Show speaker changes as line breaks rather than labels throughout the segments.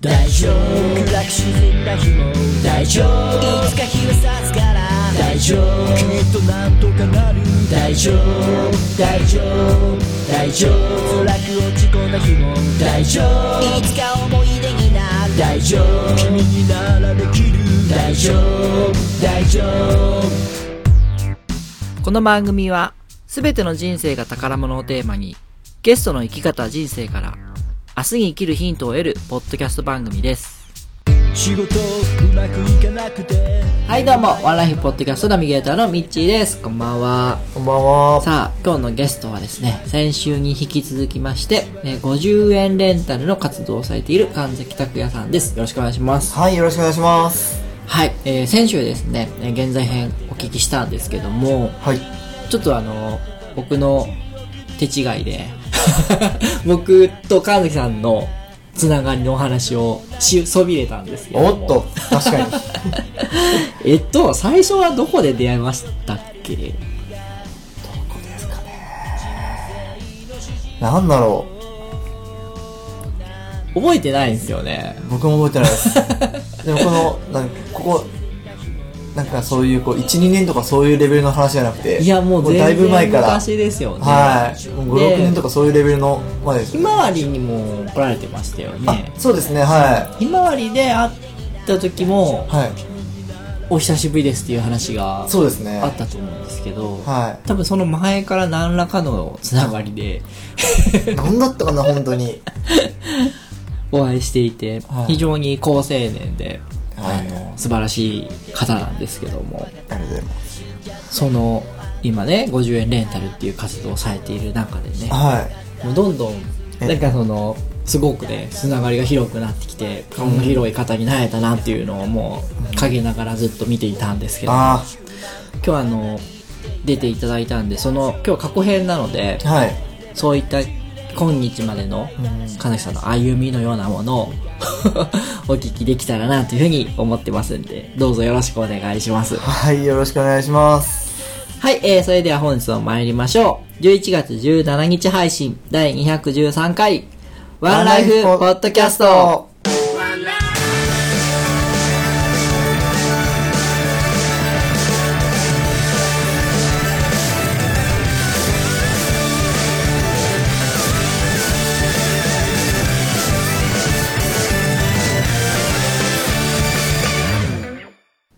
大丈夫暗く沈んだ日も大丈夫いつか日は差すから大丈夫きっとなんとかなる大丈夫大丈夫大丈夫辛く落ち込んだ日も大丈夫いつか思い出になる大丈夫君にならできる大丈夫大丈夫
この番組は、すべての人生が宝物をテーマに、ゲストの生き方人生から、明日に生きるヒントを得るポッドキャスト番組です。
仕事うまくいかなくて
はい、どうも、ワンライフポッドキャストナビゲーターのミッチーです。こんばんは。
こんばんは。
さあ、今日のゲストはですね、先週に引き続きまして、えー50円レンタルの活動をされている神崎拓也さんです。よろしくお願いします。
はい、よろしくお願いします。
はい、えー先週ですね、えー現在編お聞きしたんですけども、
はい。
ちょっとあの、僕の手違いで、 僕と神崎さんのつながりのお話をしそびれたんですけど
お
も
っと、確かに。
えっと、最初はどこで出会いましたっけ
なんだろ
覚えてないんですよね。
う。僕も覚えてないです。でもこの、なんか、ここ、なんかそういう、こう、1、2年とかそういうレベルの話じゃなくて、
いや、もう
だい
全
ぶ前
然
から。
昔ですよね。
はい。もう5、6年と
か。
かそういうレベルの前です
ひ
よ。
まわりにも来られてましたよ
あ
ね、。
そうですね、は
ひまわりで会った時も
い。、はい。
お久しぶりですっていう話が
そうですね。
あったと思うんですけど、
は
多分その前から何らかのつながりで
い。なんだったかな、本当に。
お会いしていて、
はい
非常に好青年で、
はい
あの素晴らしい方なんですけども
ありがとうございます。
その今ね50円レンタルっていう活動をされている中でね
はい。
もうどんどん
え
なんかそのすごくねつながりが広くなってきて顔の広い方になれたなっていうのをもう陰ながらずっと見ていたんですけど
あ
今日はあの出ていただいたんでその今日過去編なので
あ、はい。
そういった今日までの
うん
金木さんの歩みのようなものを お聞きできたらなというふうに思ってますんで、どうぞよろしくお願いします。
はい、よろしくお願いします。
はい、えー、それでは本日も参りましょう。11月17日配信第213回、ワンライフポッドキャスト。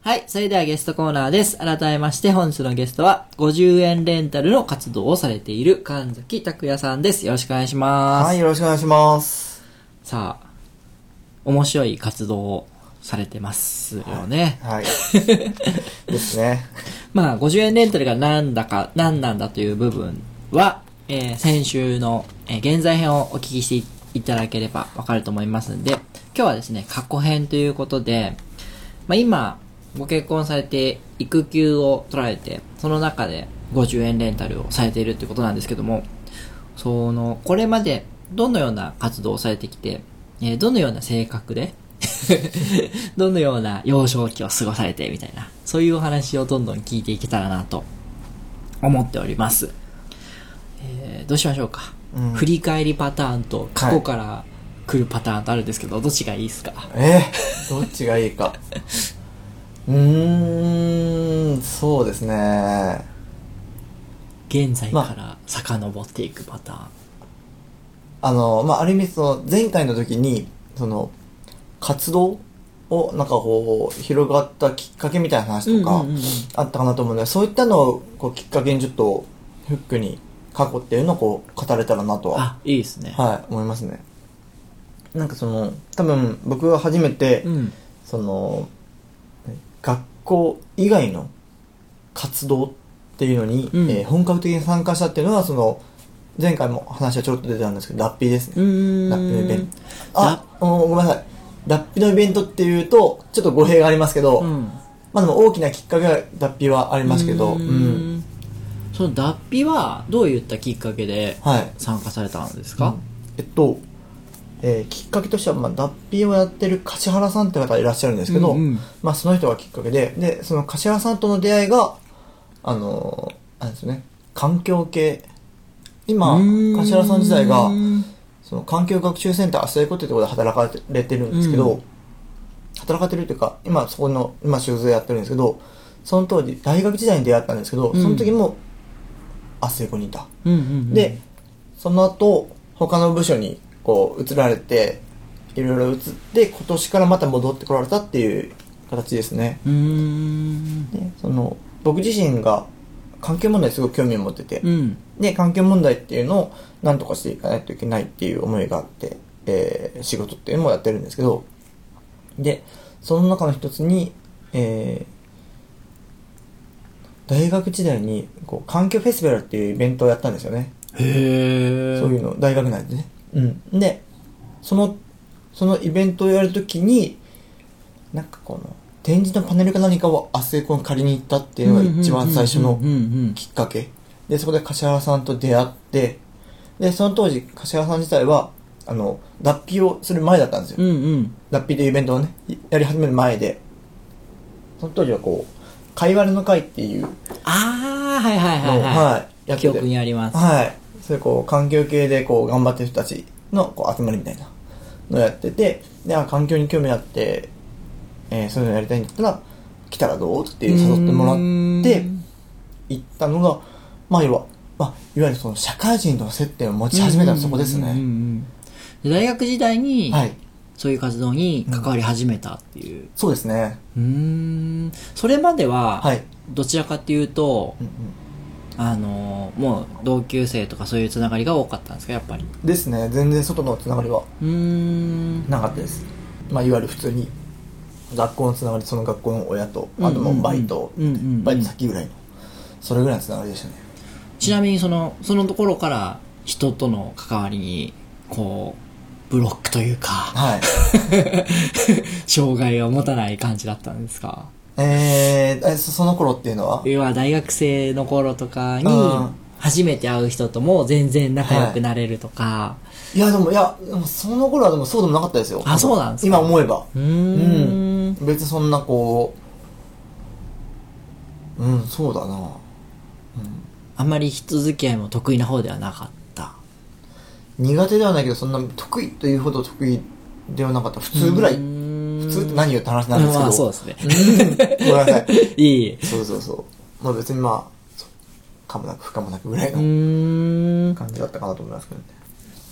はい。それではゲストコーナーです。改めまして、本日のゲストは、50円レンタルの活動をされている神崎拓也さんです。よろしくお願いします。
はい、よろしくお願いします。
さあ、面白い活動をされてますよね。
はい。ですね。
まあ、50円レンタルが何だか、何なんだという部分は、えー先週の、えー現在編をお聞きしていただければわかると思いますんで、今日はですね、過去編ということで、まあ、今、ご結婚されて、育休を取られて、その中で50円レンタルをされているということなんですけども、その、これまでどのような活動をされてきて、えーどのような性格で、 どのような幼少期を過ごされてみたいな、そういうお話をどんどん聞いていけたらなと思っております。えーどうしましょうか、
うん
振り返りパターンと過去から来るパターンとあるんですけど、どっちがいいですか
えどっちがいいか。うーん、そうですね。
現在
まあ
から遡っていくパターン。
あの、まあ、ある意味その、前回の時に、その、活動を、なんかこう、広がったきっかけみたいな話とか
うんうんうんうん、
あったかなと思うので、そういったのを、こう、きっかけにちょっと、フックに、過去っていうのをこう、語れたらなとは、
あ、いいですね。
はい、思いますね。なんかその、多分、僕は初めて、
うん。
その学校以外の活動っていうのに、
うん
えー本格的に参加したっていうのはその前回も話はちょろっと出たんですけど脱皮です
う
ね、
ーん。
脱皮のイベントあおごめんなさい脱皮のイベントっていうとちょっと語弊がありますけど、
うん。
まあでも大きなきっかけは脱皮はありますけど
う
う
ー
ん
んその脱皮は、どういったきっかけで
はい
参加されたんですか、
えっと、えーきっかけとしては、まあ、脱皮をやってる樫原さんって方いらっしゃるんですけど、
うんうん
まあ、その人がきっかけででその樫原さんとの出会いがあのーあれですよね環境系今
うーん
樫原さん自体がその環境学習センター、そういうことってことで働かれてるんですけど、
うん
働かれてるっていうか、今そこの、今仕事やってるんですけど、その当時、大学時代に出会ったんですけど、
うん
その時も、あそこにいた。
うんうんうん
で、その後、他の部署にこう移られて、いろいろ移って、今年からまた戻ってこられたっていう形ですね。
うーん
でその僕自身が環境問題にすごく興味を持ってて、
うん
で、環境問題っていうのを何とかしていかないといけないっていう思いがあって、えー仕事っていうのもやってるんですけど、で、その中の一つに、えー大学時代にこう環境フェスティバルっていうイベントをやったんですよね。
へえ
そういうの、大学内でね。うん。で、その、そのイベントをやるときに、なんかこの、展示のパネルか何かをアスエコに借りに行ったっていうのが一番最初の
うんうんうんうんうん
きっかけ。で、そこで柏原さんと出会って、で、その当時、柏原さん自体は、あの、脱皮をする前だったんですよ。
うんうん
脱皮というイベントをね、やり始める前で、その当時はこう、かいわれの会っていうのを、
ああはいはいはいは
はい、やって
記
て
憶にあります
はい。そういうこう、環境系でこう、頑張ってる人たちのこう集まりみたいなのをやってて、で、あ、環境に興味あって、えーそういうのやりたいんだったら、来たらどうっていう誘ってもら
う
って
ーん、
行ったのが、まあ、要は、まあ、いわゆるその社会人との接点を持ち始めたのはそこです
うんうんう
ね。
んで大学時代に
はい。
そういう活動に関わり始めたっていう
そうですね。
うーんそれまでは
はい。
どちらかっていうと
うん
あのもう同級生とかそういうつながりが多かったんですかやっぱり
うんですね。全然外のつながりは
うーん
なかったです。まあ、いわゆる普通に、学校のつながり、その学校の親と、あともうバイト、
うんうんうんうんうん
バイト先ぐらいの、それぐらいのつながりでしたね。
ちなみにそのそのところから人との関わりにこうブロックという か
はい。
障害を持たない感じだったんですか
えー、えそその頃っていうのは
要は大学生の頃とかに
うん
初めて会う人とも全然仲良くなれるとか、
いや、でも、いや、でもその頃はでもそうでもなかったですよ。
あそうなんですか
今思えば。
うーん
別にそんなこう、うん、そうだな。
あんまり人付き合いも得意な方ではなかった
苦手ではないけど、そんな得意というほど得意ではなかった。普通ぐらい。
う
普
ーん
通って何言って話なんですけど。
まあそうですね
うん ごめんなさい。
いい。
そうそうそう。まあ別にまあ、そうかもなく不可もなくぐらいうの
ーん。
感じだったかなと思いますけどね。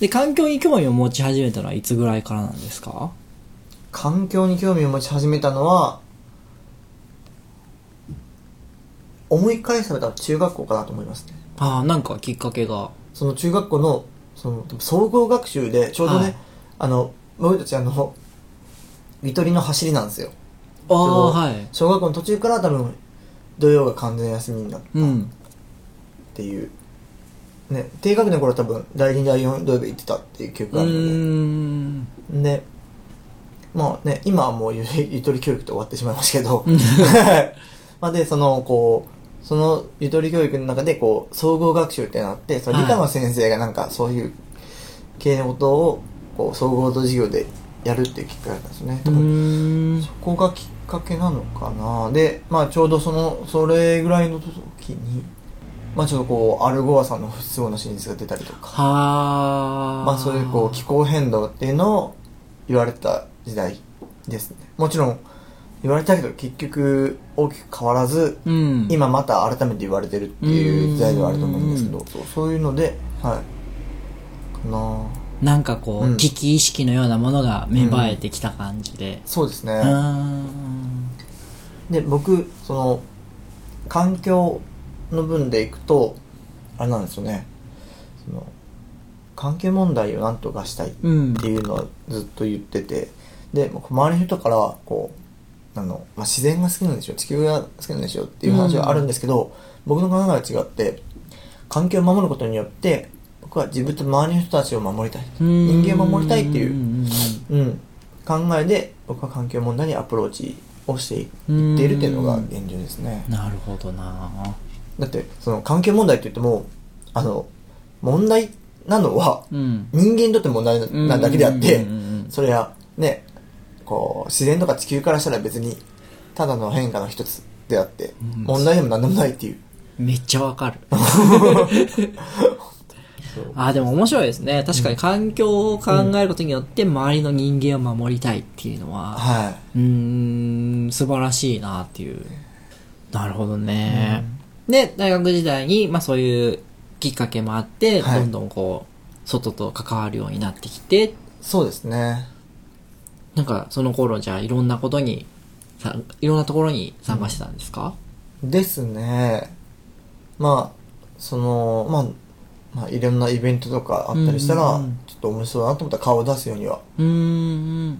で、環境に興味を持ち始めたのはいつぐらいからなんですか
環境に興味を持ち始めたのは思い返されたら中学校かなと思いますね
ああ、なんかきっかけが。
その中学校のその総合学習でちょうどね、
はい
あの僕たちあのゆとりの走りなんですよ
あ
ち
あ
ょう、ど
はい。
小学校の途中から多分土曜が完全休みになっ
うん。
ていうね低学年の頃は多分第2第4土曜日行ってたっていう記
う
憶があるので、
ーん。
で、まあね、今はもうゆ ゆとり教育と終わってしまいますけど、 まあで、その、こう、そのゆとり教育の中で、こう、総合学習ってなって、その理科の先生がなんかそういう系のことを、こう、総合と授業でやるっていうきっかけだったんですね。
うーん
そこがきっかけなのかなで、まあちょうどその、それぐらいの時に、まあちょっとこう、アルゴアさんの不都合の真実が出たりとか、
はあ。
まあそういうこう気候変動っていうのを言われてた時代ですねもちろん言われたけど結局大きく変わらず、
う。うん。。
今また改めて言われてるっていう時代ではあると思うんですけ
う
どそうそういうのではいかなあ
なんかこう、
うん
危機意識のようなものが芽生えてきた感じで。
そうですね、
うーん。
で僕その環境の分でいくとあれなんですよねその環境問題をなんとかしたいっていうのはずっと言ってて、でもう周りの人からこうあの、まあ、自然が好きなんでしょ地球が好きなんでしょっていう話はあるんですけど、僕の考えが違って環境を守ることによって僕は自分と周りの人たちを守りたい人間を守りたいっていう
うん。
うん、考えで僕は環境問題にアプローチをしていっているっていうのが現状ですね
なるほどな
だってその環境問題って言ってもあの問題なのは
うん。
人間にとって問題ななだけであって
うんうんうんうん
それはねこう自然とか地球からしたら別にただの変化の一つであって問題でも何でもないっていう
めっちゃわかる。
そう
あーでも面白いですね。確かに環境を考えることによって周りの人間を守りたいっていうのは、
は
うーん、素晴らしいなっていう。なるほどね。で、大学時代に、まあそういうきっかけもあって、
はい
どんどんこう、外と関わるようになってきて、
いそうですね
なんかその頃じゃあいろんなことに、さいろんなところに参加してたんですか、
ですねまあそのまあ、まあ、いろんなイベントとかあったりしたら、
うんうんうん
ちょっと面白いなと思ったら顔を出すようには
うーん。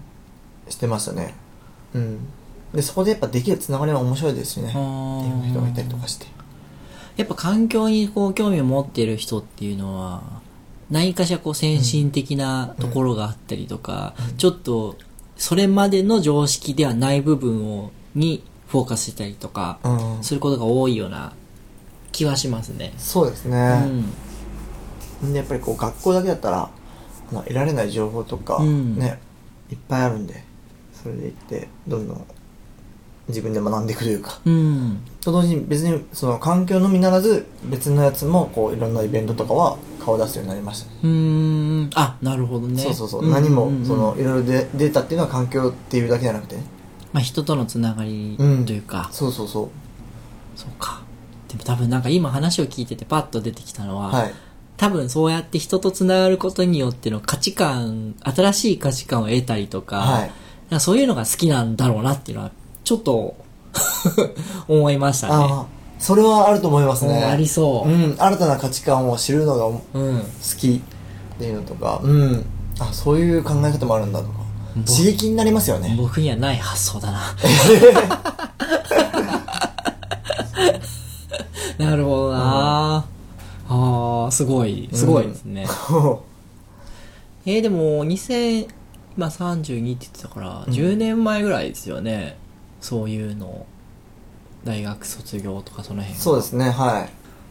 してましたねうんでそこでやっぱできるつながりは面白いですしねっていう人がいたりとかして
やっぱ環境にこう興味を持っている人っていうのは、何かしらこう先進的なところがあったりとか、ちょっとそれまでの常識ではない部分を、にフォーカスしたりとか、
うん
することが多いような気はしますね。
そうです
う
ね、
ん。
でやっぱりこう学校だけだったら、まあ、得られない情報とか、
うん
ねいっぱいあるんでそれでいってどんどん自分で学んでいくというか
うん。
と同時に別にその環境のみならず別のやつもこういろんなイベントとかは顔出すようになりましたね
うーん。あ、なるほどね。
そうそうそう,、
んんん
何もそのいろいろで出たっていうのは環境っていうだけじゃなくてね
まあ人とのつながりと
うん
いうか、
そうそうそう
そうか。でも多分なんか今話を聞いててパッと出てきたのは、
はい
多分そうやって人とつながることによっての価値観、新しい価値観を得たりとか、
はい
なんかそういうのが好きなんだろうなっていうのは、ちょっと、 思いましたね。
ああそれはあると思います
うん
ね、
ありそう
ん、新たな価値観を知るのが好
う。うん。
きっていうのとかうんあそういう考え方もあるんだとか刺激になりますよね
僕にはない発想だ な。 なるほどな、ああ、すごい、すごいですね。えー、でも、2000、今32って言ってたから、
ん
10年前ぐらいですよね。そういうの。大学卒業とかその辺。
そうですねは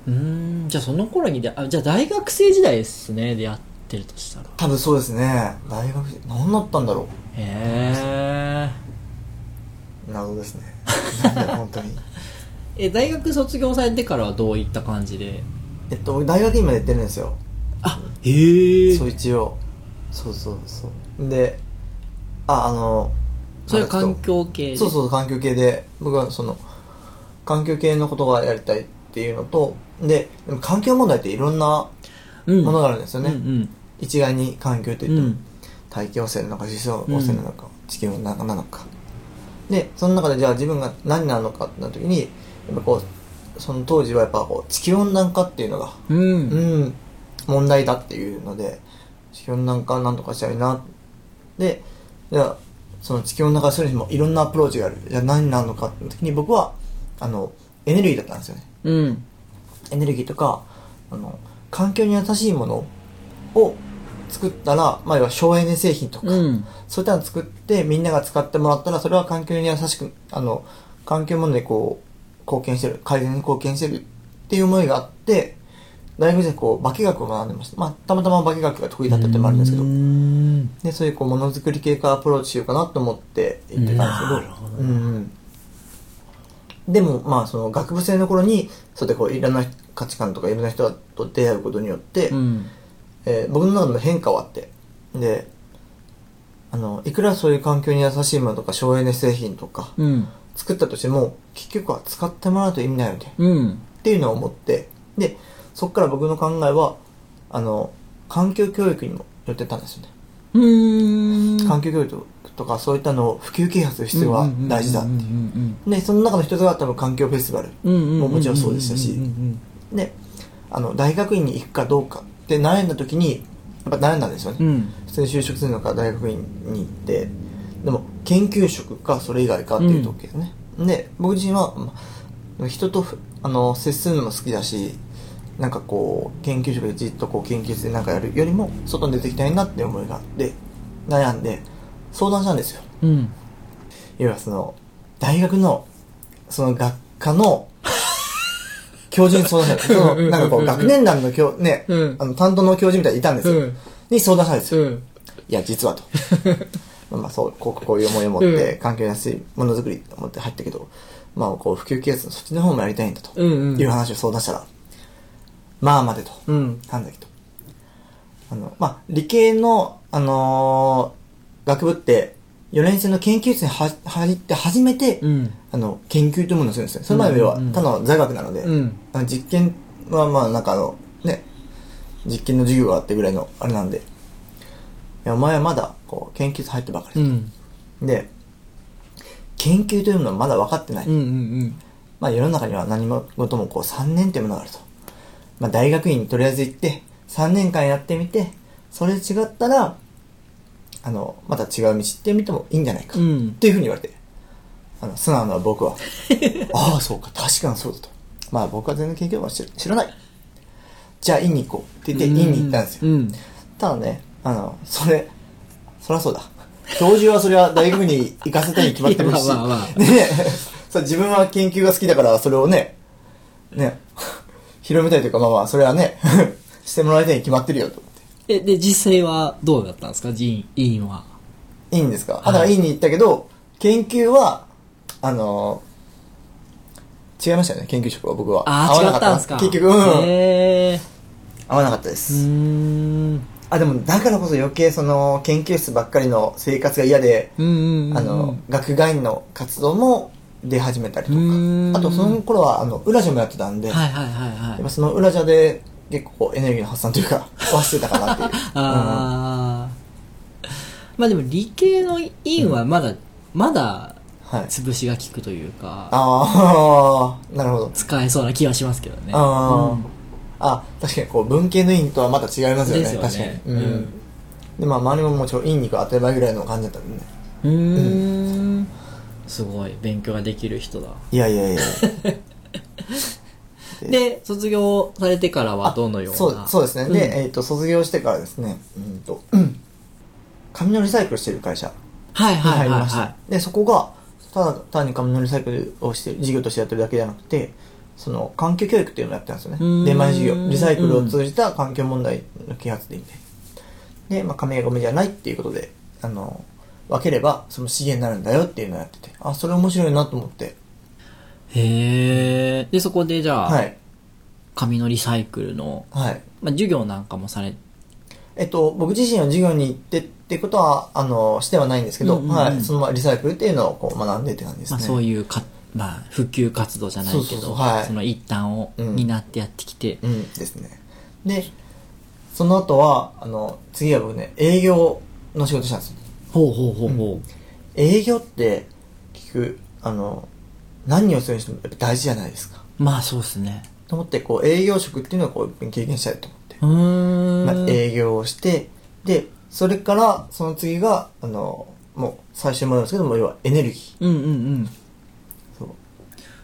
いう
ーん、じゃあその頃にで、あ、じゃあ大学生時代ですね、出会ってるとしたら。
多分そうですね大学生何だったんだろ
へ
う謎ですねなんだろう本当に
え。え、大学卒業されてからはどういった感じで
えっと俺大学今やってるんですよ
あ、へえ
そ。う一応そうそうそうでああの
それは環
あ
境系で
そうそう環境系で僕はその環境系のことがやりたいっていうのとででも環境問題っていろんな
う。ん。
ものがあるんですよね、
うん
一概に環境といっ
うん。う
ても、
ん。
大気汚染なのか地層汚染なのか、地球温暖化なのかでその中でじゃあ自分が何なのかってなった時にやっぱこうその当時はやっぱこう地球温暖化っていうのが
うん。
うん、問題だっていうので、地球温暖化なんとかしたいな。で、じゃあ、その地球温暖化するにもいろんなアプローチがある。じゃあ何なのかって時に僕は、あの、エネルギーだったんですよね。
うん。
エネルギーとか、あの、環境に優しいものを作ったら、まあ、要は省エネ製品とか、
うん。
そういったの作ってみんなが使ってもらったら、それは環境に優しく、あの、環境問題にこう、貢献してる、改善に貢献してるっていう思いがあって、大学時代こう、化学を学んでました。まあ、たまたま化学が得意だったってのもあるんですけど
うー、ん。
で、そういうこう、ものづくり系からアプローチしようかなと思って行ってたんですけど、うんうん。でも、まあ、その学部生の頃に、そうやってこう、いろんな価値観とかいろんな人と出会うことによって、
うん。
えー僕の中の変化はあってであのいくらそういう環境に優しいものとか省エネ製品とか
うん。
作ったとしても結局は使ってもらうと意味ないので
うん。
っていうのを思ってでそこから僕の考えはあの環境教育にも寄ってたんですよね、
うーん。
環境教育とかそういったのを普及啓発する必要は大事だ
うんうん
でその中の一つが多分環境フェスティバル
うんうんうんうんうんうんうん
ももちろんそうでしたし
うんうん
であの大学院に行くかどうかって悩んだ時にやっぱ悩んだんですよね、
うんうん
普通に就職するのか大学院に行ってでも研究職かそれ以外かっていう時ですね、で僕自身はま人とふあの接するのも好きだしなんかこう研究職でじっとこう研究室でなんかやるよりも外に出ていきたいなって思いがあって悩んで相談したんですよ
うん
要はその大学のその学科の教授に相談したんですそのなんかこう学年団の教、ね
うん
あの担当の教授みたいにいたんですよ、
うん
に相談したんですよ、
うん
いや、実 はと。まあまあそう、こうこういう思いを持っ
う
て、環境に優しいものづくりと思って入ったけど、まあこう、普及啓発のそっちの方もやりたいんだと、
うんうん
いう話を相談したら、まあまでと、
うん
なんだけど。あの、まあ、理系の、あのー学部って、4年生の研究室には入って初めて、
うん。
あの、研究というものをするんですね。その前までは
うんうん、
ただの座学なので、
うん。
あの実験はまあなんかあのね実験の授業があってぐらいのあれなんでいやお前はまだこう研究室入ってばか
う
り、
ん。
で研究というものはまだ分かってない、
うんうん
まあ世の中には何事もこう3年というものがあると、まあ、大学院にとりあえず行って3年間やってみてそれで違ったらあのまた違う道行ってみてもいいんじゃないか、
うん。うん。
っていうふうに言われて、あの素直な 僕は、ああ、そうか、確かにそうだと。まあ僕は全然研究は知ら知らない。じゃあ、院に行こうって言って、院に行ったんですよ。
うん。
ただね、あの、それ、そりゃそうだ。教授はそれは大学に行かせたいに決まってるし、
いやまあまあまあ
ね、そう自分は研究が好きだから、それをね、ね、 広めたいというか、まあまあ、それはね、 してもらいたいに決まってるよと思って。
え、で、実際はどうだったんですか人員、委員は。
いいんですか、
い
あ、だからいいに行ったけど、研究は、あのー違いましたよね、研究職は僕は。
あ
合わ
あ、
な
違ったんですか
結局、うん。
へえ。
合わなかったで
うー
す。
ん。
あ、でも、だからこそ余計その、研究室ばっかりの生活が嫌で、
うんうんうん。
あの、学外の活動も出始めたりと
うーん
か、あとその頃は、あの、裏ジャもやってたんで、
はいはいはいはい
やっ。ぱその裏ジャで結構こうエネルギーの発散というか、 忘れてたかなっていう。うん
ああ、まあでも理系の院はまだ、まだ
はい。
潰しが効くというか
あ あ、なるほど。
使えそうな気はしますけどね
あー、
うん
あ確かにこう文系の院とはまた違いますよね
ですよね
確かに、うん
うん
でまあ周りももうちょ院に行く当たり前ぐらいの感じだったんでね
うーんすごい勉強ができる人だ
いやいやいや
で卒業されてからはどのような
そうそうですね、
ん
で、えっと卒業してからですねうんとうん紙のリサイクルしてる会社
はい
に
は
入
い
り
はい
ました、
は
でそこがただ単に紙のリサイクルをして事業としてやってるだけじゃなくてその環境教育っていうのをやってたんですよ
うーん
ね出前授業リサイクルを通じた環境問題の啓発でいいんでで、まあ、紙がゴミじゃないっていうことであの分ければその資源になるんだよっていうのをやっててあそれ面白いなと思って
いへえでそこでじゃあ、
はい
紙のリサイクルの、
はい
まあ、授業なんかもされ
えっと僕自身は授業に行ってってことはあのしてはないんですけ
う
ど、
んうんうん
はい、そのままリサイクルっていうのをこう学んでって感じですね、
まあ、そういうか、まあ、普及活動じゃないけど
そうそうそうはい
の一端を
うん
担ってやってきて、
うんですね。で、その後は、あの、次は僕ね、営業の仕事したんですよ。
ほうほうほうほう、
営業って、聞く、あの、何をするにしてもやっぱ大事じゃないですか。
まあそうですね
と思って、こう、営業職っていうのをこう、経験したいと思って
う。ーん、
まあ、営業をして、で、それから、その次が、あの、もう、最終ものですけども、要はエネルギー。
うんうんうん
そう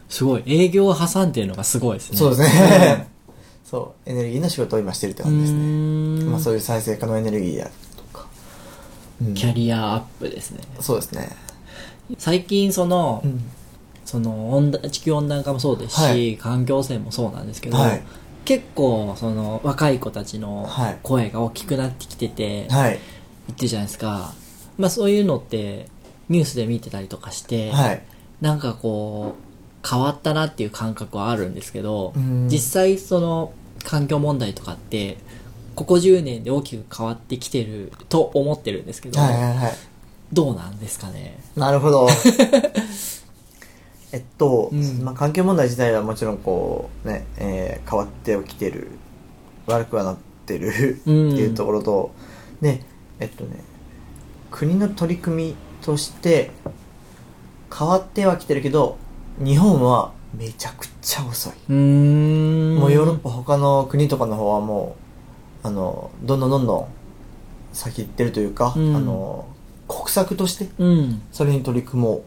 すごい営業を挟んでるのがすごいですね
そうですね。 そう、エネルギーの仕事を今してるって
うー
感じですね。
ん、
まあ、そういう再生可能エネルギーであるとか。うん
キャリアアップですね
そうですね。
最近その、
うん
その温暖地球温暖化もそうですし、
はい
環境汚染もそうなんですけど、
はい
結構その若い子たちの
はい
声が大きくなってきてて、
はい。
言ってるじゃないですか。まあそういうのってニュースで見てたりとかして、
はい。
なんかこう変わったなっていう感覚はあるんですけど
うん、
実際その環境問題とかって、ここ10年で大きく変わってきてると思ってるんですけど、
はいはいはい。
どうなんですかね。
なるほど。えっと、
うん
まあ、環境問題自体はもちろんこうね、えー変わって起きてる、悪くはなってるっていうところと、ね、えっとね、国の取り組みとして、変わってはきてるけど、日本はめちゃくちゃ遅い。
うーん。
もうヨーロッパ他の国とかの方はもうあのどんどんどんどん先行ってるというか、
うん
あの国策として
うん。
それに取り組もう、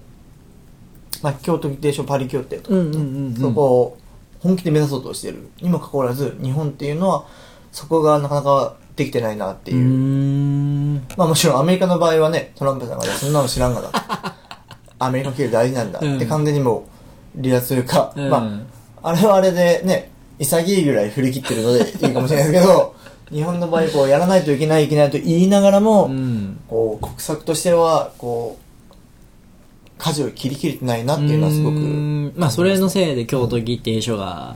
まあ、京都議定書パリ協定とか
う
ね、
んうんうんうん
そこを本気で目指そうとしてるにもかかわらず日本っていうのはそこがなかなかできてないなって
う
い
ー
う、
ん。
まあもちろんアメリカの場合はねトランプさんがねそんなの知らん がなアメリカ系大事なんだって完全にもう離脱というか、
うん
まああれはあれでね、潔いぐらい振り切ってるのでいいかもしれないですけ ど、日本の場合、こう、やらないといけない、いけないと言いながらも、
うん。
こう、国策としては、こう、舵を切り切れてないなっていうのはすごく、
うー
うん。
んまあそれのせいで京都議定書が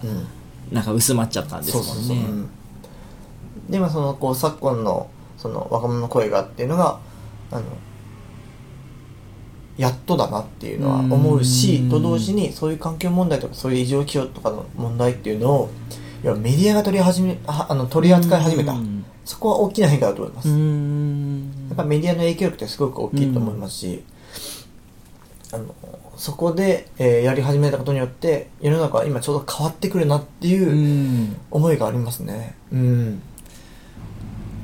なんか薄まっちゃったんです
そう
も
そうんそう。う
ね
んで今そのこう昨今のその若者の声がっていうのがあのやっとだなっていうのは思う
う
し
ん
と同時にそういう環境問題とかそういう異常気象とかの問題っていうのをいやメディアが取り始めああの取り扱い始めた
うん
そこは大きな変化だと思います
うーん
やっぱメディアの影響力ってすごく大きいと思いますし、あのそこで、えーやり始めたことによって世の中は今ちょうど変わってくるなって
う
いうん思いがありますね。うん、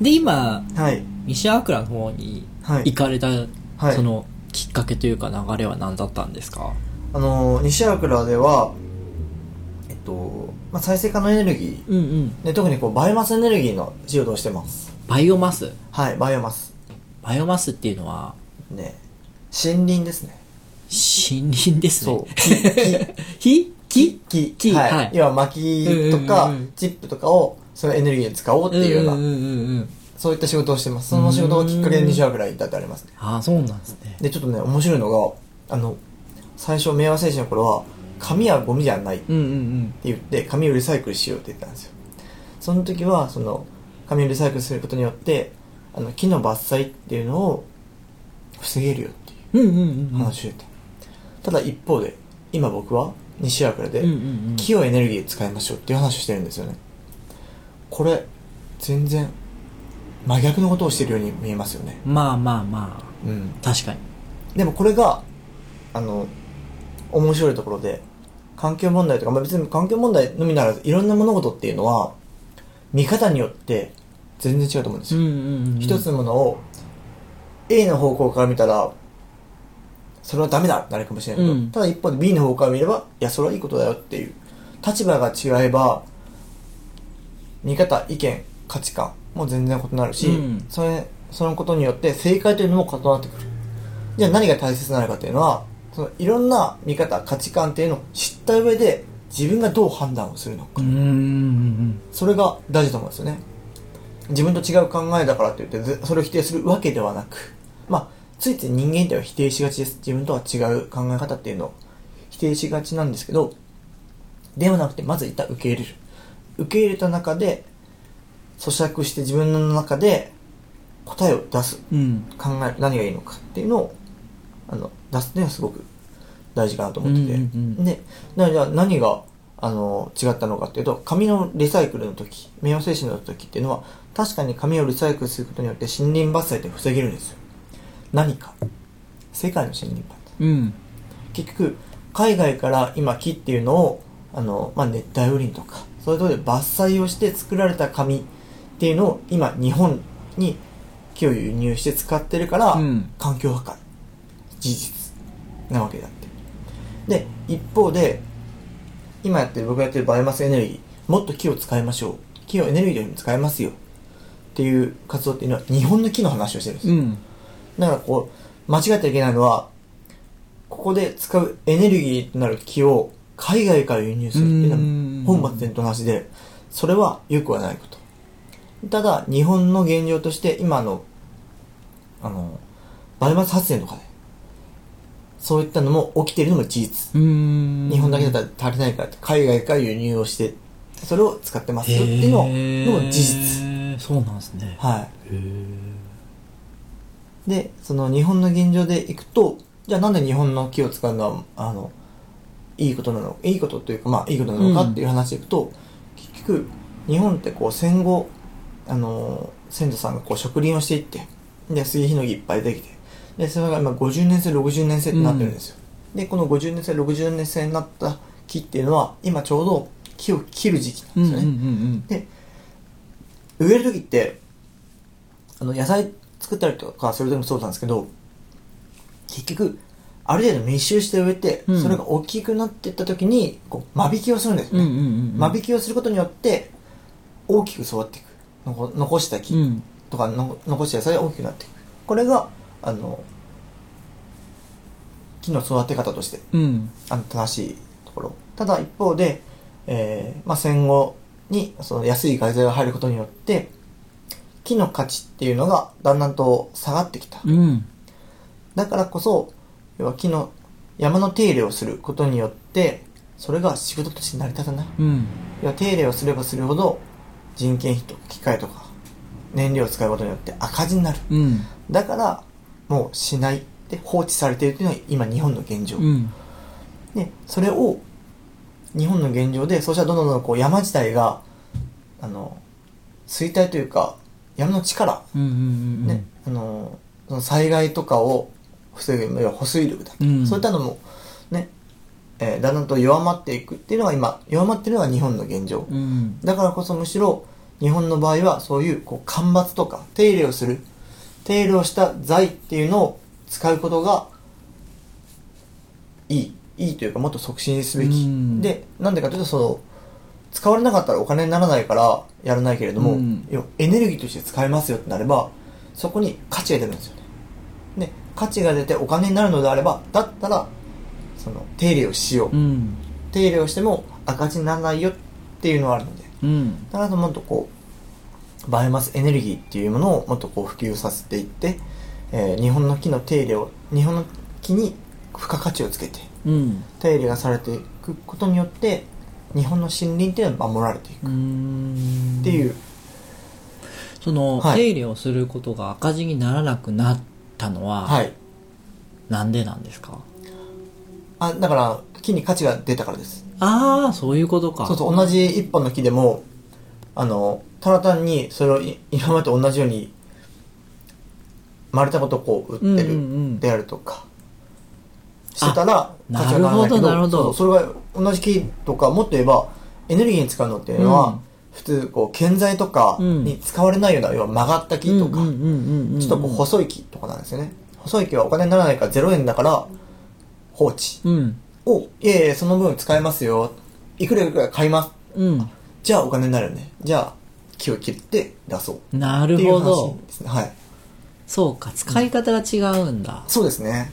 で今
はい
西アクラの方に
はい
行かれた、
はい
そのきっかけというか流れは何だったんですか
あの西アクラでは、えっとまあ、再生可能エネルギ
うんうん
ーで特にこうバイオマスエネルギーの仕事をしてます。
バイオマス
はいバイオマス
バイオマスっていうのは
ね森林ですね。
森林ですね
そう木
火木
木
木
はい、
はい
要は薪とか、
うんうんうん
チップとかをそのエネルギーに使おうっていうような。
んうんうんうん
そういった仕事をしてます。その仕事がきっかけで西油に至ってありますね。
ああそうなんですね
で、ちょっとね、面白いのが、あの、最初、明和政治の頃は、紙はゴミじゃないって
うんうん
言って、紙をリサイクルしようって言ったんですよ。その時は、その、紙をリサイクルすることによって、あの、木の伐採っていうのを防げるよってい
うんうんうん
う
うん
話をしてた。ただ一方で、今僕は西油で
うんうんうん
木をエネルギーに使いましょうっていう話をしてるんですよね。これ、全然、真逆のことをしてるように見えますよね。
まあまあま
うん、
あ確かに
でもこれがあの面白いところで環境問題とか、まあ、別に環境問題のみならずいろんな物事っていうのは見方によって全然違うと思うんです
うん
よ、
うんうん
一つのものを A の方向から見たらそれはダメだってなるかもしれないけど、
うん
ただ一方で B の方から見ればいやそれはいいことだよっていう立場が違えば見方意見価値観も全然異なるし、
うん
それそのことによって正解というのも異なってくるじゃあ何が大切なのかというのはそのいろんな見方価値観っていうのを知った上で自分がどう判断をするのか
うんうんうん
それが大事だと思うんですよね自分と違う考えだからといってずそれを否定するわけではなくまあついつい人間っては否定しがちです自分とは違う考え方っていうのを否定しがちなんですけどではなくてまず一旦受け入れる受け入れた中で咀嚼して自分の中で答えを出す
うんうん
考える何がいいのかっていうのをあの出すっていうのはすごく大事かなと思ってて、
うんうんうん
でなじゃあ何があの違ったのかっていうと紙のリサイクルの時名誉精神の時っていうのは確かに紙をリサイクルすることによって森林伐採って防げるんですよ何か世界の森林伐採
うん
結局海外から今木っていうのをあの、まあ、熱帯雨林とかそういうところで伐採をして作られた紙っていうのを今日本に木を輸入して使ってるから、
うん
環境破壊事実なわけだってで一方で今やってる僕がやってるバイオマスエネルギーもっと木を使いましょう木をエネルギーにも使いますよっていう活動っていうのは日本の木の話をしてるんですよ
うん
だからこう、間違っちゃいけないのは、ここで使うエネルギーとなる気を海外から輸入するっていう
う
の
ん
は本末転倒な話で、それは良くはないこと。ただ、日本の現状として、今の、あの、バイオマス発電とかで、そういったのも起きてるのも事実。
うん
日本だけだったら足りないからって、海外から輸入をして、それを使ってますよっていうのものも事実。
実そうなんですね
はい。
へえ
でその日本の現状でいくとじゃあなんで日本の木を使うのはあのいいことなのいいことというかまあいいことなのかっていう話でいくと、結局日本ってこう戦後あのー先祖さんがこう植林をしていってで杉ヒノキいっぱいできてでそれが今50年生60年生ってなってるんですよ、でこの50年生60年生になった木っていうのは今ちょうど木を切る時期なん
う
で
ん
す
うん
よ
う
ね、
ん
で植える時ってあの野菜作ったりとかそれでもそうなんですけど結局ある程度密集して植えて、
うん
それが大きくなっていった時にこう間引きをするんです
うんう
ね、
んうんうん
間引きをすることによって大きく育っていくのこ残した木
うん
とかの、残した野菜が大きくなっていくこれがあの木の育て方として
うん
あの正しいところただ一方で、えーまあ、戦後にその安い外材が入ることによって木の価値っていうのがだんだんと下がってきた
うん
だからこそ要は木の山の手入れをすることによってそれが仕事として成り立たない
うん
要は手入れをすればするほど人件費とか機械とか燃料を使うことによって赤字になる、
うん。
だからもうしないで放置されているというのが今日本の現状、
うん。
でそれを日本の現状でそうしたらどんどんどんどんこう山自体があの衰退というか山の力、
うん。うん。
ねあのその災害とかを防ぐ要は保水力だとか、
うん
そういったのもね、えーだんだんと弱まっていくっていうのが今弱まってるのが日本の現状、
うん。
だからこそむしろ日本の場合はそういうこう干ばつとか手入れをする手入れをした材っていうのを使うことがいいいいというかもっと促進すべき、
うん
でなんでかというとその使われなかったらお金にならないからやらないけれども、
うん
要はエネルギーとして使えますよってなればそこに価値が出るんですよねで価値が出てお金になるのであればだったらその手入れをしよう、
うん。
手入れをしても赤字にならないよっていうのはあるので
うん。
だからもっとこうバイオマスエネルギーっていうものをもっとこう普及させていって、えー日本の木の手入れを日本の木に付加価値をつけて
うん。
手入れがされていくことによって日本の森林っていうのは守られていく
うん。
っていう、
その、
はい
手入れをすることが赤字にならなくなったのは、
はい
なんでなんですか
あだから木に価値が出たからです
ああ、そういうことか。
そうそう同じ一本の木でもあのただ単にそれをい今までと同じように丸太ごとこう売って
うんうんうん
るであるとか、してたら
あ
価値が上がらないけ
なるほど
ど
なるほど
そうそうそれが同じ木とかもっと言えばエネルギーに使うのっていうのは、
うん
普通こう建材とかに使われないような、要は曲がった木とか、
うんうんうんうんうん、
ちょっとこう細い木とかなんですよね細い木はお金にならないから0円だから放置
うん。
をいえいえその分使えますよいくらいくら買います
うん。
じゃあお金になるよね。じゃあ木を切って出そう。
な
っ
る
ていう
ほ
話
ど。
ですね。はい。
そうか、使い方が違うんだ。
そうですね。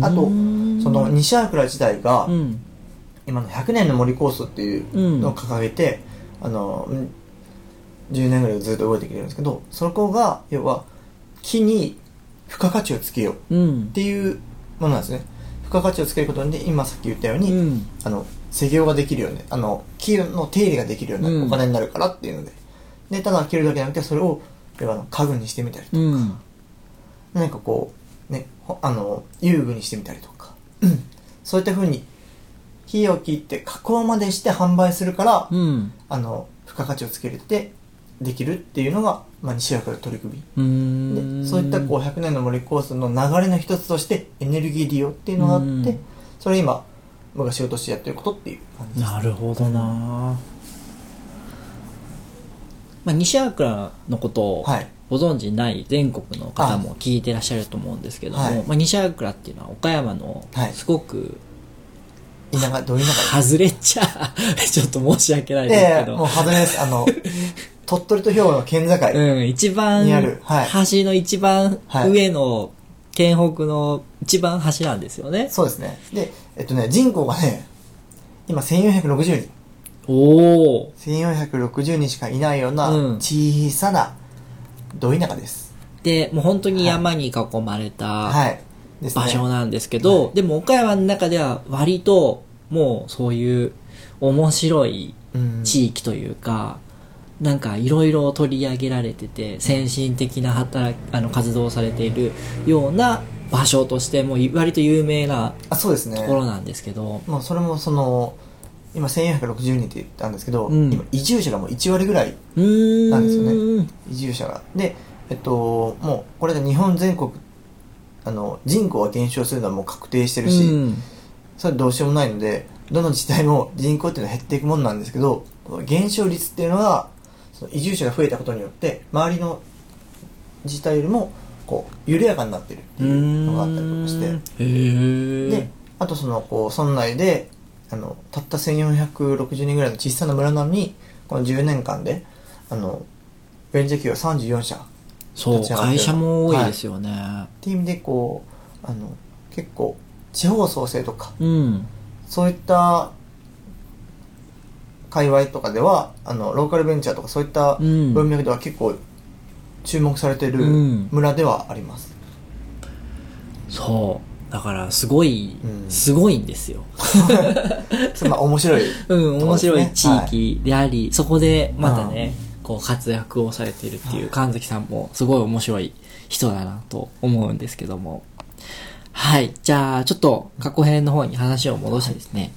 あと、
う
そ
ん
の西桜自体が、
うん。
今の100年の森構想っていうのを掲げて、あの、うん10年ぐらいずっと動いてきてるんですけど、そこが、要は、木に付加価値をつけようっ
うん。
ていうものなんですね。付加価値をつけることで、今さっき言ったよう
う
に、
ん。
あの、施業ができるよね。あの、木の手入れができるような
うん
お金になるからっていうので。で、ただ切るだけじゃなくて、それを、例えばあの家具にしてみたりとか、
うん。
何かこう、ね、ほあの、遊具にしてみたりとか、そういった風に、木を切って加工までして販売するから、
うん。
あの、付加価値をつけれて、できるっていうのが、まあ、西脇の取り組み。
う
で
ん。
そういったこう100年の森コースの流れの一つとしてエネルギー利用っていうのがあって、
うん
それ今僕が仕事してやってることっていう感じです
なるほどな、まあ、西桜のことを
はい
ご存じない全国の方も聞いてらっしゃると思うんですけども、
はい
まあ、西桜っていうのは岡山の
はい
すごく
田舎どういう田舎
外れっちゃ、ちょっと申し訳ないで
で
すけ
ええも
ど
う、外れですあ の鳥取と兵庫の県境、
うん、一番、
にあるはい
端の一番
はい
上の、県北の一番端なんですよね。
そうですねでえっとね人口がね今1460人
おお。
1460人しかいないような
うん
小さなど田舎です、
で、もう本当に山に囲まれた
はいですね
場所なんですけど、でも岡山の中では割ともうそういう面白い
うん
地域というか、なんかいろいろ取り上げられてて、先進的な働き、あの活動をされているような場所としても割と有名な
あそうですね
ところなんですけど、
まあ、それもその今1460人って言ったんですけど、
うん
今移住者がもう1割ぐらいう
ーん。
なんですよね
ね。
移住者がでえっともうこれで日本全国あの人口が減少するのはもう確定してるし、
うん、
それはどうしようもないのでどの自治体も人口っていうのは減っていくもんなんですけどこの減少率っていうのはその移住者が増えたことによって周りの自治体よりもこう緩やかになってるっていうのがあったりとかして。
へー
であとそのこう村内であのたった1460人ぐらいの小さな村なのにこの10年間であのベンチャー企業34社っ
そう
立ち上がってる
会社も多いですよね、
ていう意味でこうあの結構地方創生とか
うん
そういった界隈とかではあのローカルベンチャーとかそういった
うん
文脈では結構注目されてる
うん
村ではあります、
そうだからすごい、
うん
すごいんですよ
そんな面白い
うん面白い地
そうですね
域でありそこでまたね、こう活躍をされているっていう神崎さんもすごい面白い人だなと思うんですけども。はい。じゃあ、ちょっと過去編の方に話を戻してですね、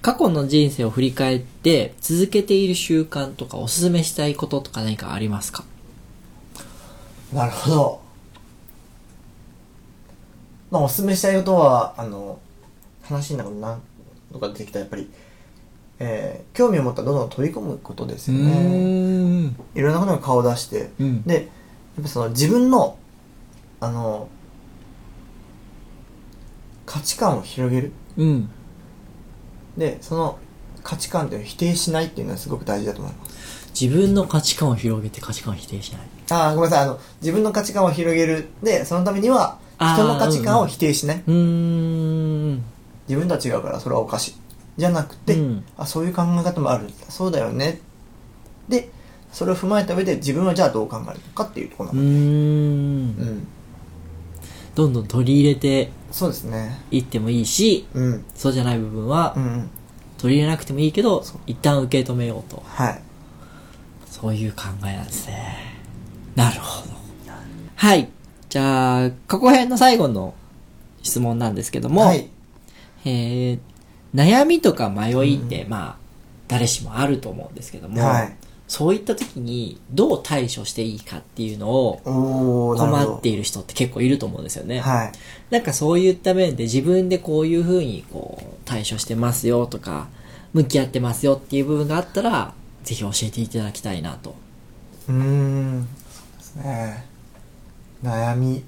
過去の人生を振り返って続けている習慣とかおすすめしたいこととか何かありますか
なるほど。まあ、おすすめしたいことは、あの、話の中で何とか出てきた、やっぱり、えー興味を持ったらどんどん取り込むことですよね。
ん。
いろんなことに顔を出して、
うん
で、やっぱその自分の、あの、価値観を広げる。
うん。
で、その価値観っていうのを否定しないっていうのはすごく大事だと思います。
自分の価値観を広げて価値観を否定しない。
ああ、ごめんなさい。あの、自分の価値観を広げる。で、そのためには、
あー
人の価値観を否定しない。
うーん。
自分とは違うからそれはおかしいじゃなくて、
うん
あそういう考え方もあるんだそうだよねでそれを踏まえた上で自分はじゃあどう考えるのかっていうところ
う
な
ー。
の、うんん、
どんどん取り入れて
そうですね
いってもいいし、
うんうん
そうじゃない部分は
うん
取り入れなくてもいいけど
そう、
一旦受け止めようと。
はい
そういう考えなんですね。なるほど。はい。じゃあ、過去編の最後の質問なんですけども、
はい
えー悩みとか迷いって、まあ、誰しもあると思うんですけども、
はい
そういった時にどう対処していいかっていうのを
おおなるほ
困
ど
っている人って結構いると思うんですよね。
はい
なんかそういった面で自分でこういう風にこう対処してますよとか、向き合ってますよっていう部分があったら、ぜひ教えていただきたいなと。
うーんそうですね悩み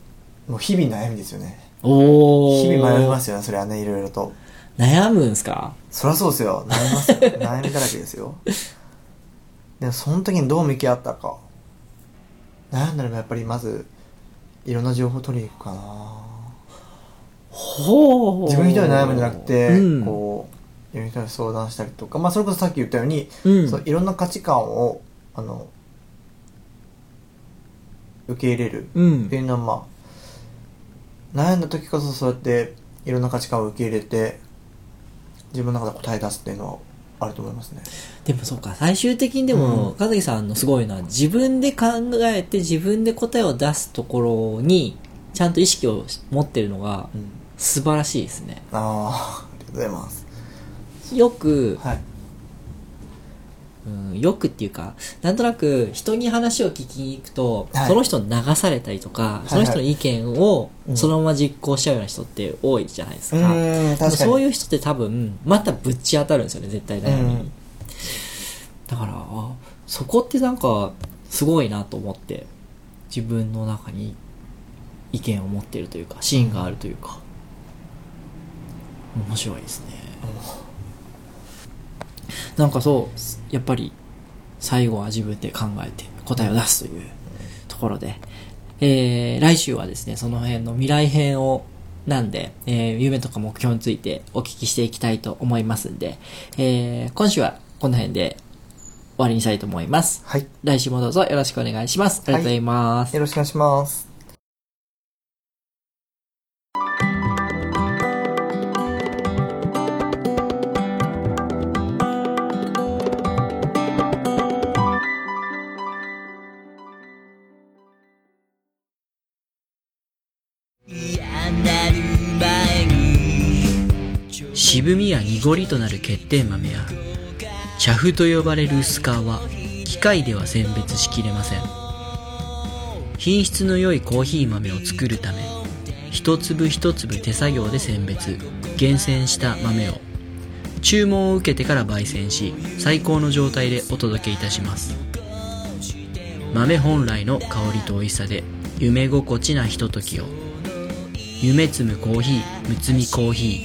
もう日々悩みですよね
お。
日々迷いますすよねそれはねいろいろと
悩むんすか
そりゃそうですよ悩みますよ悩みだらけですよでもその時にどう向き合ったか悩んだらやっぱりまずいろんな情報を取りに行くかな
ほう。
自分一人で悩むんじゃなくて、
うん、
こういろんな人に相談したりとか、まあ、それこそさっき言ったように、
うん
そのいろんな価値観をあの受け入れるっ
うん
て。いうのは、まあ、悩んだ時こそそうやっていろんな価値観を受け入れて自分の中で答え出すっていうのはあると思いますね
でもそうか、最終的にでも、
うん
かずきさんのすごいのは、自分で考えて自分で答えを出すところに、ちゃんと意識を持ってるのが
う、ん
素晴らしいですね。
ああ、ありがとうございます。
よく、
はい。
うん、よくっていうか、なんとなく人に話を聞きに行くと、
はい
その人に流されたりとか、
い
その人の意見を
うん
そのまま実行しちゃうような人って多いじゃないですか。
うん、確かに。。
そういうう人って多分、またぶち当たるんですよね、絶対悩みに。
うん
だから、あそこってなんか、すごいなと思って、自分の中に意見を持ってるというか、芯があるというか、面白いですね。なんかそう、やっぱり、最後は自分で考えて答えを出すというところで、えー、来週はですね、その辺の未来編を、なんで、えー、夢とか目標についてお聞きしていきたいと思いますんで、えー、今週はこの辺で終わりにしたいと思います。
はい。
来週もどうぞよろしくお願いします。ありがとうございます。
よろしくお願いします。
嫌なる前に
渋みや濁りとなる欠点豆や茶フと呼ばれる薄皮は機械では選別しきれません品質の良いコーヒー豆を作るため一粒一粒手作業で選別厳選した豆を注文を受けてから焙煎し最高の状態でお届けいたします豆本来の香りと美味しさで夢心地なひとときを夢摘むコーヒーむつみコーヒ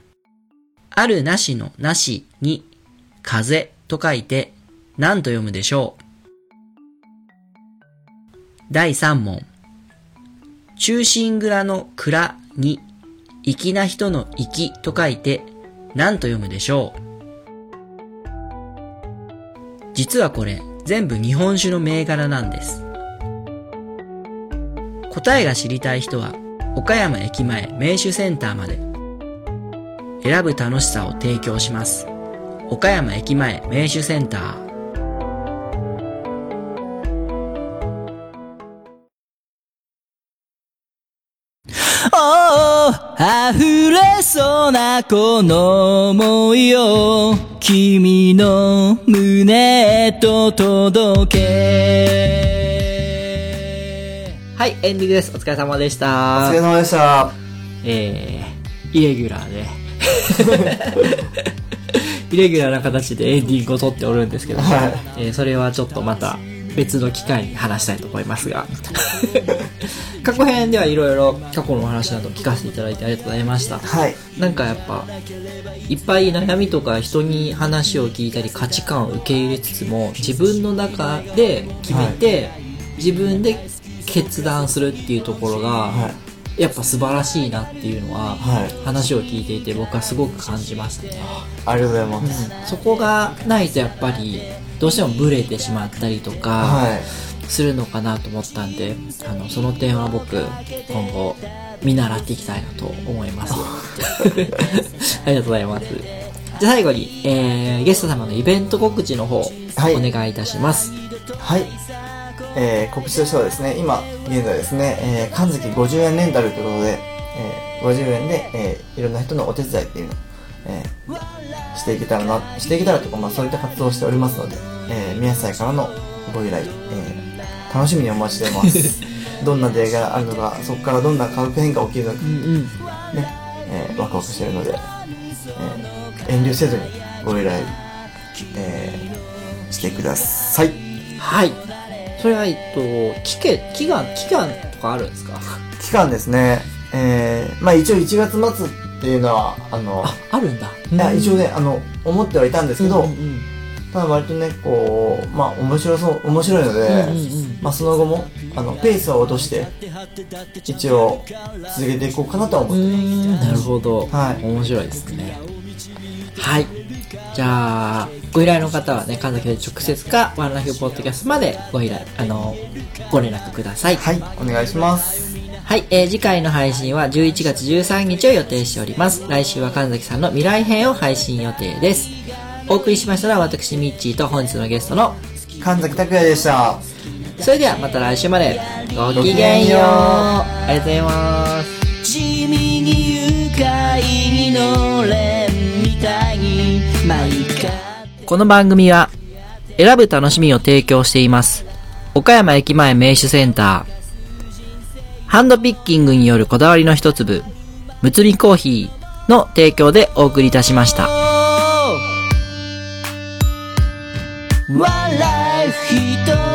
あるなしのなしに風と書いて何と読むでしょう
第3問。中心蔵の蔵に、粋な人の粋と書いて、何と読むでしょう実はこれ、全部日本酒の銘柄なんです。答えが知りたい人は、岡山駅前名酒センターまで。選ぶ楽しさを提供します。岡山駅前名酒センター。
おー溢れそうなこの想いを君の胸へと届け
はい、エンディングです。お疲れ様でし
お
た
疲れ。様でした。
えー、イレギュラーで。 イレギュラーな形でエンディングを撮っておるんですけども、
はい
えーそれはちょっとまた別の機会に話したいと思います が過去編ではいろいろ過去のお話など聞かせていただいてありがとうございました
はい。
なんかやっぱいっぱい悩みとか人に話を聞いたり価値観を受け入れつつも自分の中で決めて、自分で決断するっていうところが、
は
やっぱ素晴らしいなっていうのは、
はい
話を聞いていて僕はすごく感じましたね、
ありがとうございます。
そこがないとやっぱりどうしてもブレてしまったりとか、
はい。
するのかなと思ったんであのその点は僕今後見習っていきたいなと思います ありがとうございますじゃあ最後に、えーゲスト様のイベント告知の方、
はい
お願いいたします
はい。えー告知としてはですね、今、現在ですね、えー、神月50円レンタルということで、えー50円で、えーいろんな人のお手伝いっていうのを、えーしていけたらな、していけたらとか、まあそういった活動をしておりますので、えー皆さんからのご依頼、えー楽しみにお待ちしています。どんな出会いがあるのか、そこからどんな化学変化が起きるのか、
うん
ね、えーワクワクしてるので、えー遠慮せずにご依頼、えーしてください。
はいそれはえっと期間期間期間とかあるんですか
期間ですね、えー、まあ一応1月末っていうのは、あの、
ああるんだ
いや一応
で
ね、あの、思ってはいたんですけど、
うんうん
ただ割とね、こう、まあ面白そう、面白いので、
うんうん
まあその後も、あの、ペースは落として、一応続けていこうかなとは思
う
ってま
んなるほど、
はい
面白いですねはいじゃあご依頼の方はね神崎で直接かワンライフポッドキャストまでご依頼あのご連絡ください
す。はい、お願いします。
はい、えー次回の配信は11月13日を予定しております来週は神崎さんの未来編を配信予定ですお送りしましたのは私ミッチーと本日のゲストの
神崎拓也でした。
それではまた来週までごきげんようありがとうございます
地味に愉快にのれんみたいに毎回
この番組は選ぶ楽しみを提供しています岡山駅前名手センターハンドピッキングによるこだわりの一粒むつみコーヒーの提供でお送りいたしました
笑う人